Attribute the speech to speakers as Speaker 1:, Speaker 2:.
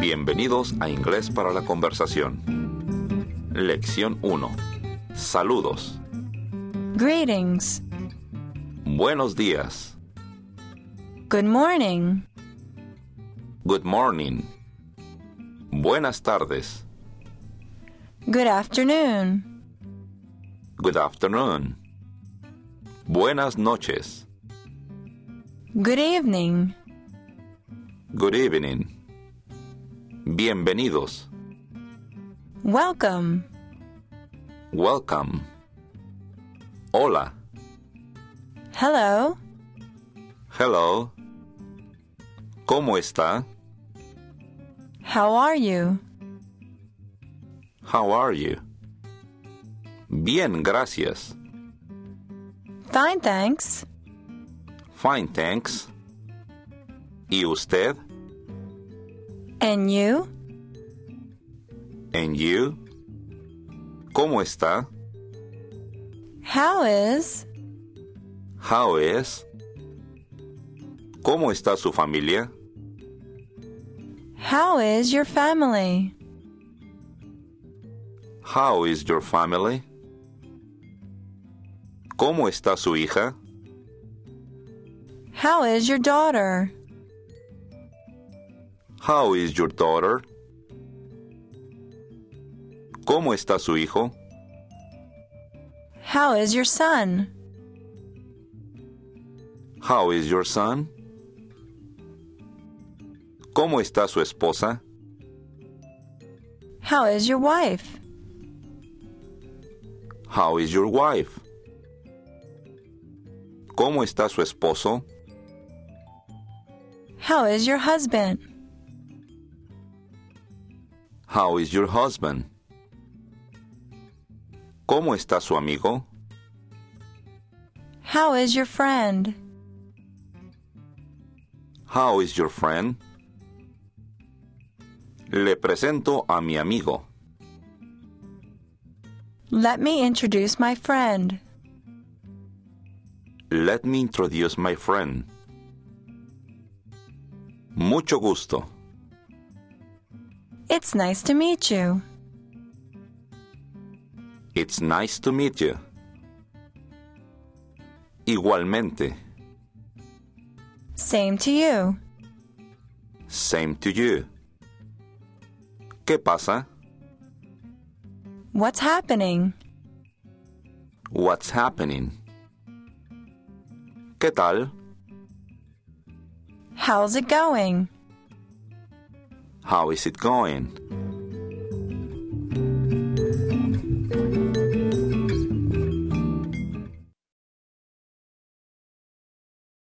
Speaker 1: Bienvenidos a Inglés para la Conversación. Lección 1. Saludos.
Speaker 2: Greetings.
Speaker 1: Buenos días.
Speaker 2: Good morning.
Speaker 1: Good morning. Buenas tardes.
Speaker 2: Good afternoon.
Speaker 1: Good afternoon. Buenas noches.
Speaker 2: Good evening.
Speaker 1: Good evening. Bienvenidos.
Speaker 2: Welcome.
Speaker 1: Welcome. Hola.
Speaker 2: Hello.
Speaker 1: Hello. ¿Cómo está?
Speaker 2: How are you?
Speaker 1: How are you? Bien, gracias.
Speaker 2: Fine, thanks.
Speaker 1: Fine, thanks. ¿Y usted?
Speaker 2: And you?
Speaker 1: And you? ¿Cómo está?
Speaker 2: How is?
Speaker 1: How is? ¿Cómo está su familia?
Speaker 2: How is your family?
Speaker 1: How is your family? ¿Cómo está su hija?
Speaker 2: How is your daughter?
Speaker 1: How is your daughter? ¿Cómo está su hijo?
Speaker 2: How is your son?
Speaker 1: How is your son? ¿Cómo está su esposa?
Speaker 2: How is your wife?
Speaker 1: How is your wife? ¿Cómo está su esposo?
Speaker 2: How is your husband?
Speaker 1: How is your husband? ¿Cómo está su amigo?
Speaker 2: How is your friend?
Speaker 1: How is your friend? Le presento a mi amigo.
Speaker 2: Let me introduce my friend.
Speaker 1: Let me introduce my friend. Mucho gusto.
Speaker 2: It's nice to meet you.
Speaker 1: It's nice to meet you. Igualmente.
Speaker 2: Same to you.
Speaker 1: Same to you. ¿Qué pasa?
Speaker 2: What's happening?
Speaker 1: What's happening? ¿Qué tal?
Speaker 2: How's it going?
Speaker 1: How is it going?